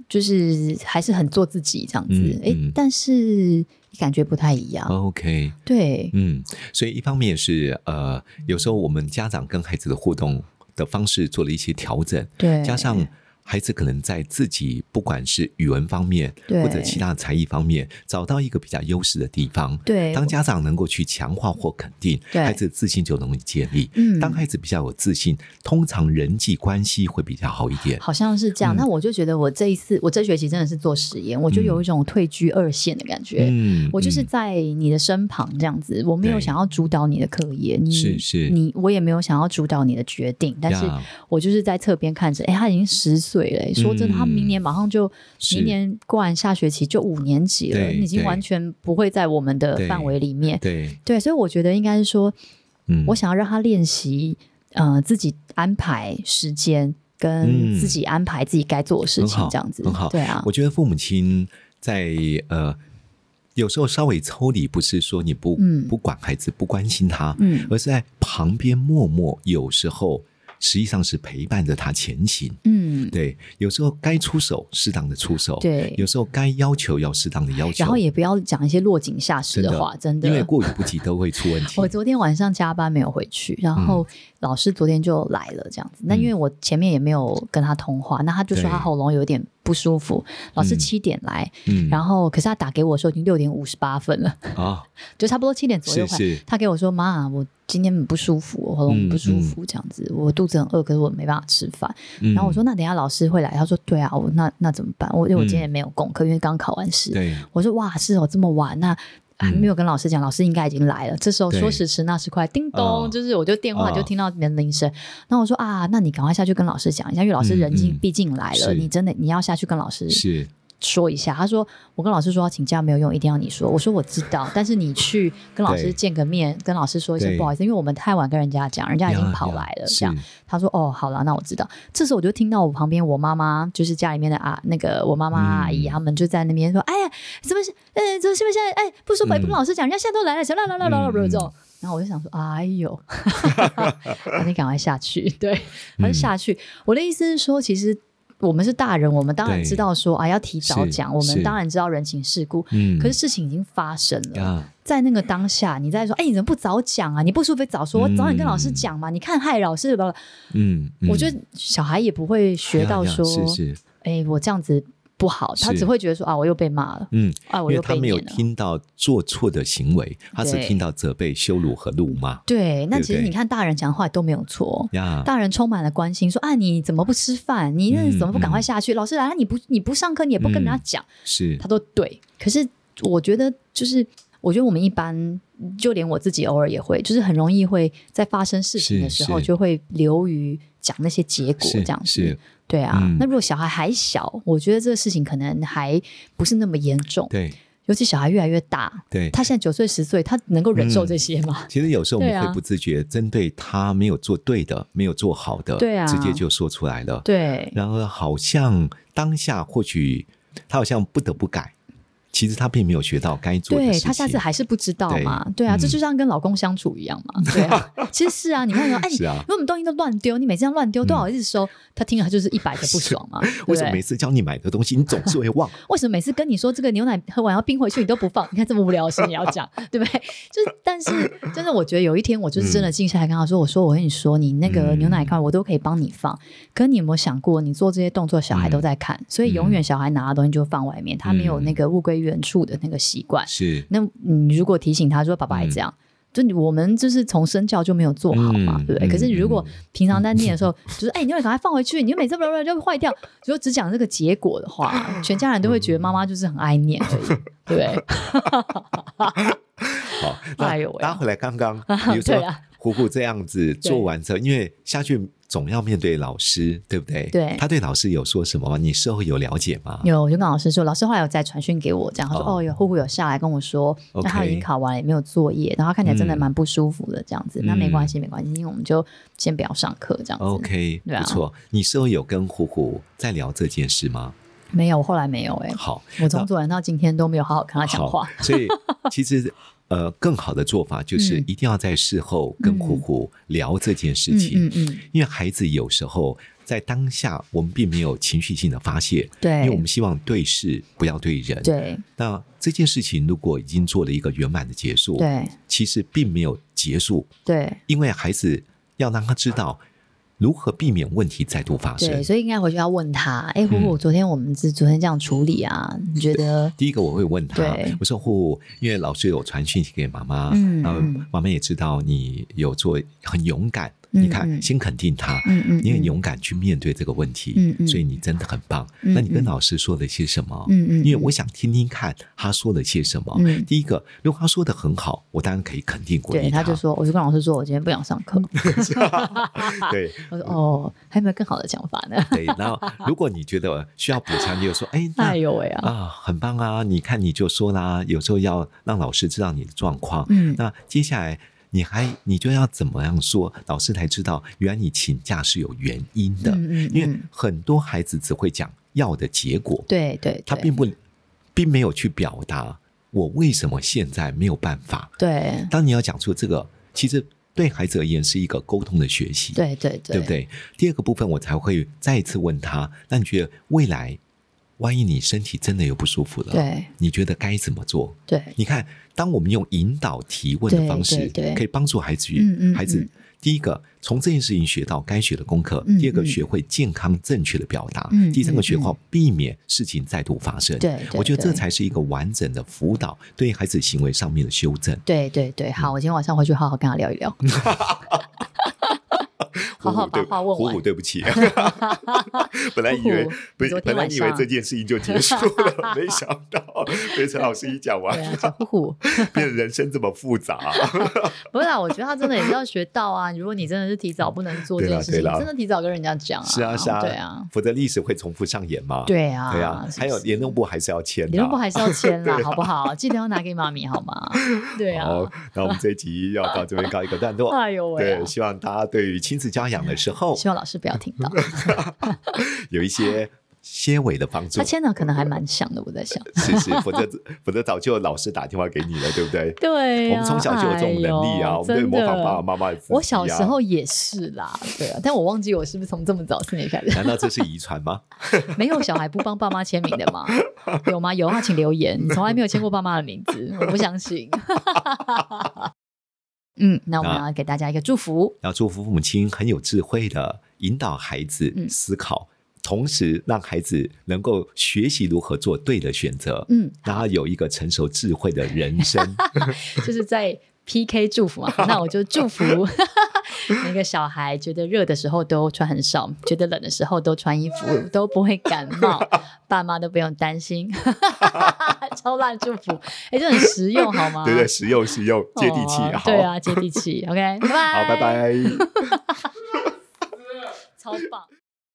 [SPEAKER 2] 就是还是很做自己这样子
[SPEAKER 4] 嗯，
[SPEAKER 2] 诶，
[SPEAKER 4] 嗯
[SPEAKER 2] 但是感觉不太一样。
[SPEAKER 4] OK，
[SPEAKER 2] 对，
[SPEAKER 4] 嗯，所以一方面是呃，有时候我们家长跟孩子的互动的方式做了一些调整，
[SPEAKER 2] 对
[SPEAKER 4] 加上孩子可能在自己不管是语文方面
[SPEAKER 2] 对
[SPEAKER 4] 或者其他的才艺方面，找到一个比较优势的地方。
[SPEAKER 2] 对
[SPEAKER 4] 当家长能够去强化或肯定，
[SPEAKER 2] 对
[SPEAKER 4] 孩子的自信就容易建立。
[SPEAKER 2] 嗯
[SPEAKER 4] 当孩子比较有自信，通常人际关系会比较好一点。
[SPEAKER 2] 好像是这样。
[SPEAKER 4] 嗯
[SPEAKER 2] 那我就觉得我这一次，我这学期真的是做实验，我就有一种退居二线的感觉。
[SPEAKER 4] 嗯
[SPEAKER 2] 我就是
[SPEAKER 4] 嗯
[SPEAKER 2] 在你的身旁这样子，我没有
[SPEAKER 4] 对
[SPEAKER 2] 想要主导你的课业，你
[SPEAKER 4] 是是
[SPEAKER 2] 你我也没有想要主导你的决定，但是
[SPEAKER 4] 呀
[SPEAKER 2] 我就是在侧边看着，哎，他已经十岁了，哎说真的，他明
[SPEAKER 4] 嗯
[SPEAKER 2] 年马上就是明年过完下学期就五年级了，
[SPEAKER 4] 对
[SPEAKER 2] 你已经
[SPEAKER 4] 对
[SPEAKER 2] 完全不会在我们的
[SPEAKER 4] 对
[SPEAKER 2] 范围里面，
[SPEAKER 4] 对，
[SPEAKER 2] 对，所以我觉得应该是说，
[SPEAKER 4] 嗯，
[SPEAKER 2] 我想要让他练习，呃，自己安排时间。跟
[SPEAKER 4] 嗯
[SPEAKER 2] 自己安排自己该做的事
[SPEAKER 4] 很
[SPEAKER 2] 情
[SPEAKER 4] 好，，
[SPEAKER 2] 这样子
[SPEAKER 4] 很好。
[SPEAKER 2] 对啊
[SPEAKER 4] 我，觉得父母亲在呃，有时候稍微抽离，不是说你不、
[SPEAKER 2] 嗯
[SPEAKER 4] 不管孩子、不关心他，
[SPEAKER 2] 嗯
[SPEAKER 4] 而是在旁边默默，有时候实际上是陪伴着他前行。
[SPEAKER 2] 嗯，
[SPEAKER 4] 对，有时候该出手，适当的出手；
[SPEAKER 2] 对
[SPEAKER 4] 有时候该要求，要适当的要求。
[SPEAKER 2] 然后也不要讲一些落井下石
[SPEAKER 4] 真的
[SPEAKER 2] 话，真的，
[SPEAKER 4] 因为过于不及都会出问 题。
[SPEAKER 2] 我昨天晚上加班没有回去，然
[SPEAKER 4] 嗯
[SPEAKER 2] 后老师昨天就来了，这样子。那因为我前面也没有跟他通话，那他就说
[SPEAKER 4] 对
[SPEAKER 2] 他喉咙有点不舒服。老师
[SPEAKER 4] 嗯
[SPEAKER 2] 七点来，
[SPEAKER 4] 嗯
[SPEAKER 2] 然后可是他打给我的时候已经六点五十八分了，
[SPEAKER 4] 啊，
[SPEAKER 2] 就差不多七点左右
[SPEAKER 4] 是
[SPEAKER 2] 快。
[SPEAKER 4] 是，
[SPEAKER 2] 他给我说：“妈，我今天很不舒服，我喉咙
[SPEAKER 4] 嗯
[SPEAKER 2] 很不舒服，这样子，我肚子很饿，可是我没办法吃饭。
[SPEAKER 4] 然
[SPEAKER 2] 然后我说：“那等一下老师会来。”他说：“对啊，我那那怎么办？我因为我今天
[SPEAKER 4] 嗯
[SPEAKER 2] 也没有功课，因为刚考完试。”
[SPEAKER 4] 对，
[SPEAKER 2] 我说哇，是哦，这么晚那。还没有跟老师讲，老师应该已经来了。这时候
[SPEAKER 4] 嗯对
[SPEAKER 2] 说时迟那时快，叮咚，
[SPEAKER 4] 哦
[SPEAKER 2] 就是我就电话
[SPEAKER 4] 哦
[SPEAKER 2] 就听到门铃声。然后我说啊，那你赶快下去跟老师讲一下，因为老师人已
[SPEAKER 4] 嗯
[SPEAKER 2] 经
[SPEAKER 4] 嗯
[SPEAKER 2] 毕竟来了，
[SPEAKER 4] 是
[SPEAKER 2] 你真的你要下去跟老师
[SPEAKER 4] 是
[SPEAKER 2] 说一下。他说我跟老师说要请假没有用，一定要你说。我说我知道，但是你去跟老
[SPEAKER 4] 对
[SPEAKER 2] 师见个面，跟老师说一声
[SPEAKER 4] 对
[SPEAKER 2] 不好意思，因为我们太晚跟人家讲，人家已经
[SPEAKER 4] 呀
[SPEAKER 2] 跑
[SPEAKER 4] 呀
[SPEAKER 2] 来了。
[SPEAKER 4] 是
[SPEAKER 2] 这样，他说哦，好了，那我知道。这时候我就听到我旁边我妈妈，就是家里面的啊，那个我妈妈阿姨，
[SPEAKER 4] 嗯
[SPEAKER 2] 他们就在那边说，哎呀，怎么是，呃，怎么是不是现在，哎，不舒服，
[SPEAKER 4] 嗯
[SPEAKER 2] 也不跟老师讲，人家现在都来了，什么啦啦啦啦啦
[SPEAKER 4] 嗯
[SPEAKER 2] 这种。然后我就想说，哎 呦，
[SPEAKER 4] 嗯
[SPEAKER 2] 赶紧赶快下去，对，他就下去。我的意思是说，其实我们是大人，我们当然
[SPEAKER 4] 对
[SPEAKER 2] 知道说啊要提早
[SPEAKER 4] 是
[SPEAKER 2] 讲，我们
[SPEAKER 4] 是
[SPEAKER 2] 当然知道人情世故，
[SPEAKER 4] 嗯，
[SPEAKER 2] 可是事情已经发生了。
[SPEAKER 4] 啊，
[SPEAKER 2] 在那个当下，你在说，哎、你怎么不早讲啊？你不舒服早说，
[SPEAKER 4] 嗯
[SPEAKER 2] 早点跟老师讲嘛。你看害老师吧，
[SPEAKER 4] 嗯，嗯
[SPEAKER 2] 我觉得小孩也不会学到
[SPEAKER 4] 呀呀
[SPEAKER 2] 说，
[SPEAKER 4] 是是，
[SPEAKER 2] 哎、我这样子不好，他
[SPEAKER 4] 是
[SPEAKER 2] 只会觉得说啊，我又被骂了，
[SPEAKER 4] 嗯，
[SPEAKER 2] 啊，
[SPEAKER 4] 因
[SPEAKER 2] 我
[SPEAKER 4] 为
[SPEAKER 2] 又
[SPEAKER 4] 他
[SPEAKER 2] 被
[SPEAKER 4] 没有
[SPEAKER 2] 念了。
[SPEAKER 4] 听到做错的行为，他只
[SPEAKER 2] 对
[SPEAKER 4] 听到责备、羞辱和辱骂
[SPEAKER 2] 对，那
[SPEAKER 4] 对不
[SPEAKER 2] 其实
[SPEAKER 4] 对
[SPEAKER 2] 你看，大人讲话都没有错。
[SPEAKER 4] 呀。
[SPEAKER 2] 大人充满了关心，说：“啊，你怎么不吃饭？你那
[SPEAKER 4] 嗯
[SPEAKER 2] 怎么不赶快
[SPEAKER 4] 嗯
[SPEAKER 2] 下去？老师啊来了，你不你不上课，你也不跟人家
[SPEAKER 4] 嗯
[SPEAKER 2] 讲。
[SPEAKER 4] 是
[SPEAKER 2] 他都对。可是我觉得，就是我觉得我们一般，就连我自己偶尔也会，就是很容易会在发生事情的
[SPEAKER 4] 是
[SPEAKER 2] 时候，
[SPEAKER 4] 是
[SPEAKER 2] 就会流于讲那些结果
[SPEAKER 4] 是
[SPEAKER 2] 这样子
[SPEAKER 4] 是。，
[SPEAKER 2] 对啊，
[SPEAKER 4] 嗯
[SPEAKER 2] 那如果小孩还小，我觉得这个事情可能还不是那么严重。
[SPEAKER 4] 对
[SPEAKER 2] 尤其小孩越来越大，
[SPEAKER 4] 对。
[SPEAKER 2] 他现在九岁十岁，他能够忍受
[SPEAKER 4] 嗯
[SPEAKER 2] 这些 吗？
[SPEAKER 4] 其实有时候我
[SPEAKER 2] 对
[SPEAKER 4] 们
[SPEAKER 2] 啊
[SPEAKER 4] 会不自觉针对他没有做对的、没有做好的，
[SPEAKER 2] 对啊
[SPEAKER 4] 直接就说出来了。
[SPEAKER 2] 对，
[SPEAKER 4] 然而好像当下或许他好像不得不改，其实他并没有学到该做的事
[SPEAKER 2] 对
[SPEAKER 4] 情。
[SPEAKER 2] 他下次还是不知道嘛？对
[SPEAKER 4] 对
[SPEAKER 2] 啊，
[SPEAKER 4] 嗯
[SPEAKER 2] 这就像跟老公相处一样 嘛。对啊，其实是啊，你看说，哎，你
[SPEAKER 4] 是啊嗯
[SPEAKER 2] 如果我们东西都乱丢，你每次这样乱丢，多少意思收？他听了他就是一百个不爽嘛。对不
[SPEAKER 4] 为什么每
[SPEAKER 2] 对？
[SPEAKER 4] 次叫你买的东西，你总是会 忘？
[SPEAKER 2] 为什么每次跟你说这个牛奶喝完要冰回去，你都不放？你看这么无聊的事你也要讲，对不对？就是，但是真的，我觉得有一天我就是真的静下来跟他说，我说我跟你说，你那个
[SPEAKER 4] 嗯
[SPEAKER 2] 牛奶罐我都可以帮你放，可你有没有想过，你做这些动作，小孩都在看，所以永远小孩拿的东西就放外面，他没有那个物归原处的那个习惯。
[SPEAKER 4] 是
[SPEAKER 2] 那你如果提醒他说爸爸也这样，就你我们就是从身教就没有做好嘛，
[SPEAKER 4] 嗯
[SPEAKER 2] 对不对？
[SPEAKER 4] 嗯
[SPEAKER 2] 可是如果
[SPEAKER 4] 嗯
[SPEAKER 2] 平常在念的时候， 就是哎，你要赶快放回去，你就每次不不就坏掉，如果只讲这个结果的 话，全家人都会觉得妈妈就是很爱念而已，对
[SPEAKER 4] 好，那
[SPEAKER 2] 哎呦喂
[SPEAKER 4] 拉回来刚刚，比如
[SPEAKER 2] 对
[SPEAKER 4] 说
[SPEAKER 2] 啊
[SPEAKER 4] 虎虎这样子做完之后，因为下去总要面对老师，对不对？
[SPEAKER 2] 对
[SPEAKER 4] 他对老师有说什么吗？你事后有了解吗？
[SPEAKER 2] 有，我就跟老师说，老师后来有再传讯给我，这样他说
[SPEAKER 4] 哦
[SPEAKER 2] 哦，有户户有下来跟我说，那
[SPEAKER 4] OK
[SPEAKER 2] 他已经考完了，也没有作业，然后他看起来真的
[SPEAKER 4] 嗯
[SPEAKER 2] 蛮不舒服的，这样子，那没关系，没关系，因为我们就先不要上课这样子。
[SPEAKER 4] OK，
[SPEAKER 2] 对啊
[SPEAKER 4] 不错。你事后有跟虎虎在聊这件事吗？
[SPEAKER 2] 没有，后来没有哎，
[SPEAKER 4] 好，
[SPEAKER 2] 我从昨晚到今天都没有好好跟他讲话
[SPEAKER 4] 好。，所以其实呃，更好的做法就是
[SPEAKER 2] 嗯
[SPEAKER 4] 一定要在事后跟虎虎聊这件事情，
[SPEAKER 2] 嗯嗯嗯
[SPEAKER 4] 因为孩子有时候在当下我们并没有情绪性的发泄，
[SPEAKER 2] 对
[SPEAKER 4] 因为我们希望对事不要对人。
[SPEAKER 2] 对
[SPEAKER 4] 那这件事情如果已经做了一个圆满的结束，
[SPEAKER 2] 对
[SPEAKER 4] 其实并没有结束，
[SPEAKER 2] 对
[SPEAKER 4] 因为孩子要让他知道如何避免问题再度发
[SPEAKER 2] 对，
[SPEAKER 4] 生。
[SPEAKER 2] 所以应该回去要问他，哎，虎虎，
[SPEAKER 4] 嗯
[SPEAKER 2] 昨天我们是昨天这样处理啊，你觉得？
[SPEAKER 4] 第一个我会问他
[SPEAKER 2] 对，
[SPEAKER 4] 我说：“呼，因为老师有传讯息给妈妈，
[SPEAKER 2] 嗯
[SPEAKER 4] 然后
[SPEAKER 2] 嗯
[SPEAKER 4] 妈妈也知道你有做很勇敢，
[SPEAKER 2] 嗯
[SPEAKER 4] 你看
[SPEAKER 2] 嗯
[SPEAKER 4] 先肯定他，
[SPEAKER 2] 嗯嗯，
[SPEAKER 4] 你很勇敢去面对这个问题，
[SPEAKER 2] 嗯嗯
[SPEAKER 4] 所以你真的很棒。
[SPEAKER 2] 嗯
[SPEAKER 4] 那你跟
[SPEAKER 2] 嗯
[SPEAKER 4] 老师说了些什么？
[SPEAKER 2] 嗯，嗯嗯，
[SPEAKER 4] 因为我想听听看他说了些什么。
[SPEAKER 2] 嗯
[SPEAKER 4] 第一个，如果他说的很好，我当然可以肯定鼓
[SPEAKER 2] 对，
[SPEAKER 4] 励
[SPEAKER 2] 他就说，我就跟老师说，我今天不想上课。
[SPEAKER 4] 嗯对
[SPEAKER 2] 我说哦，还有没有更好的想法 呢？
[SPEAKER 4] 对。然后，如果你觉得需要补偿，你就说：“哎，那
[SPEAKER 2] 哎呦喂啊，
[SPEAKER 4] 啊，很棒啊！你看你就说啦，有时候要让老师知道你的状况。
[SPEAKER 2] 嗯
[SPEAKER 4] 那接下来你还你就要怎么样说，老师才知道原来你请假是有原因的。
[SPEAKER 2] 嗯嗯
[SPEAKER 4] 因为
[SPEAKER 2] 嗯，
[SPEAKER 4] 很多孩子只会讲要的结果，
[SPEAKER 2] 对对，
[SPEAKER 4] 他
[SPEAKER 2] 对
[SPEAKER 4] 并不并没有去表达我为什么现在没有办法。
[SPEAKER 2] 对
[SPEAKER 4] 当你要讲出这个，其实对孩子而言是一个沟通的学习。
[SPEAKER 2] 对对对，
[SPEAKER 4] 对不？对？第二个部分我才会再一次问他，那你觉得未来，万一你身体真的有不舒服了，
[SPEAKER 2] 对
[SPEAKER 4] 你觉得该怎么做？
[SPEAKER 2] 对
[SPEAKER 4] 你看，当我们用引导提问的方式
[SPEAKER 2] 对，对对
[SPEAKER 4] 可以帮助孩子，
[SPEAKER 2] 嗯嗯
[SPEAKER 4] 孩子
[SPEAKER 2] 嗯
[SPEAKER 4] 第一个从这件事情学到该学的功课，
[SPEAKER 2] 嗯
[SPEAKER 4] 第二个
[SPEAKER 2] 嗯
[SPEAKER 4] 学会健康正确的表达，
[SPEAKER 2] 嗯
[SPEAKER 4] 第三
[SPEAKER 2] 嗯
[SPEAKER 4] 个学
[SPEAKER 2] 嗯
[SPEAKER 4] 会避免事情再度发生。
[SPEAKER 2] 对对
[SPEAKER 4] 我觉得这
[SPEAKER 2] 对
[SPEAKER 4] 才是一个完整的辅导对孩子行为上面的修正。
[SPEAKER 2] 对对对，
[SPEAKER 4] 嗯
[SPEAKER 2] 好，我今天晚上回去好好跟他聊一 聊。好好把话问
[SPEAKER 4] 虎
[SPEAKER 2] 完
[SPEAKER 4] 虎，。对不起， 本来以
[SPEAKER 2] 虎
[SPEAKER 4] 为
[SPEAKER 2] 虎
[SPEAKER 4] 不
[SPEAKER 2] 你昨天
[SPEAKER 4] 是，本来
[SPEAKER 2] 晚
[SPEAKER 4] 以为
[SPEAKER 2] 上
[SPEAKER 4] 这件事情就结束 了，没想到被陈老师一讲完
[SPEAKER 2] 对，啊，小虎虎。
[SPEAKER 4] 变得人生这么复杂。
[SPEAKER 2] 不是啦，我觉得他真的也是要学到啊。如果你真的是提早不能做这件事情，
[SPEAKER 4] 嗯对啦对啦
[SPEAKER 2] 真的提早跟人家讲啊。
[SPEAKER 4] 是啊，是啊，
[SPEAKER 2] 对啊，
[SPEAKER 4] 否则历史会重复上演嘛。
[SPEAKER 2] 对啊，
[SPEAKER 4] 对啊，还有联
[SPEAKER 2] 动
[SPEAKER 4] 动部还是要签的啊，
[SPEAKER 2] 联动部还是要签啦，好不好？记得要拿给妈咪好吗？对啊，
[SPEAKER 4] 好，那 我们这一集要到这边告一个段落。
[SPEAKER 2] 哎呦喂啊
[SPEAKER 4] 对，！希望大家对于亲子教养的时候
[SPEAKER 2] 希望老师不要听到。
[SPEAKER 4] 有一些些微的帮 助
[SPEAKER 2] 他。签的可能还蛮像的，我在想。
[SPEAKER 4] 是 是，否则否则早就老师打电话给你了，对不对？
[SPEAKER 2] 对、
[SPEAKER 4] 我
[SPEAKER 2] 呀
[SPEAKER 4] 们从小就有这种能力
[SPEAKER 2] 哎
[SPEAKER 4] 啊，
[SPEAKER 2] 呦
[SPEAKER 4] 我们对
[SPEAKER 2] 真的
[SPEAKER 4] 模仿爸爸妈妈的自己啊
[SPEAKER 2] 我小时，候也是啦，对啊，但我忘记我是不是从这么早四年开始，
[SPEAKER 4] 难道这是遗传吗？
[SPEAKER 2] 没有小孩不帮爸妈签名的吗？有吗？有的话啊请留言，你从来没有签过爸妈的名字，我不相信。 嗯，那我们要给大家一个祝福，
[SPEAKER 4] 要祝福父母亲很有智慧的引导孩子
[SPEAKER 2] 嗯
[SPEAKER 4] 思考，同时让孩子能够学习如何做对的选择，
[SPEAKER 2] 嗯，
[SPEAKER 4] 让他有一个成熟智慧的人生。
[SPEAKER 2] 就是在 PK 祝福嘛，那我就祝福 每个小孩，觉得热的时候都穿很少，觉得冷的时候都穿衣服，都不会感冒，爸妈都不用担心， 超烂祝福，哎、这很实用好吗？
[SPEAKER 4] 对对，实用实用，接地气，
[SPEAKER 2] 啊哦
[SPEAKER 4] 好，
[SPEAKER 2] 对啊，接地气，OK，拜拜，
[SPEAKER 4] 好，拜，拜。
[SPEAKER 2] 超棒。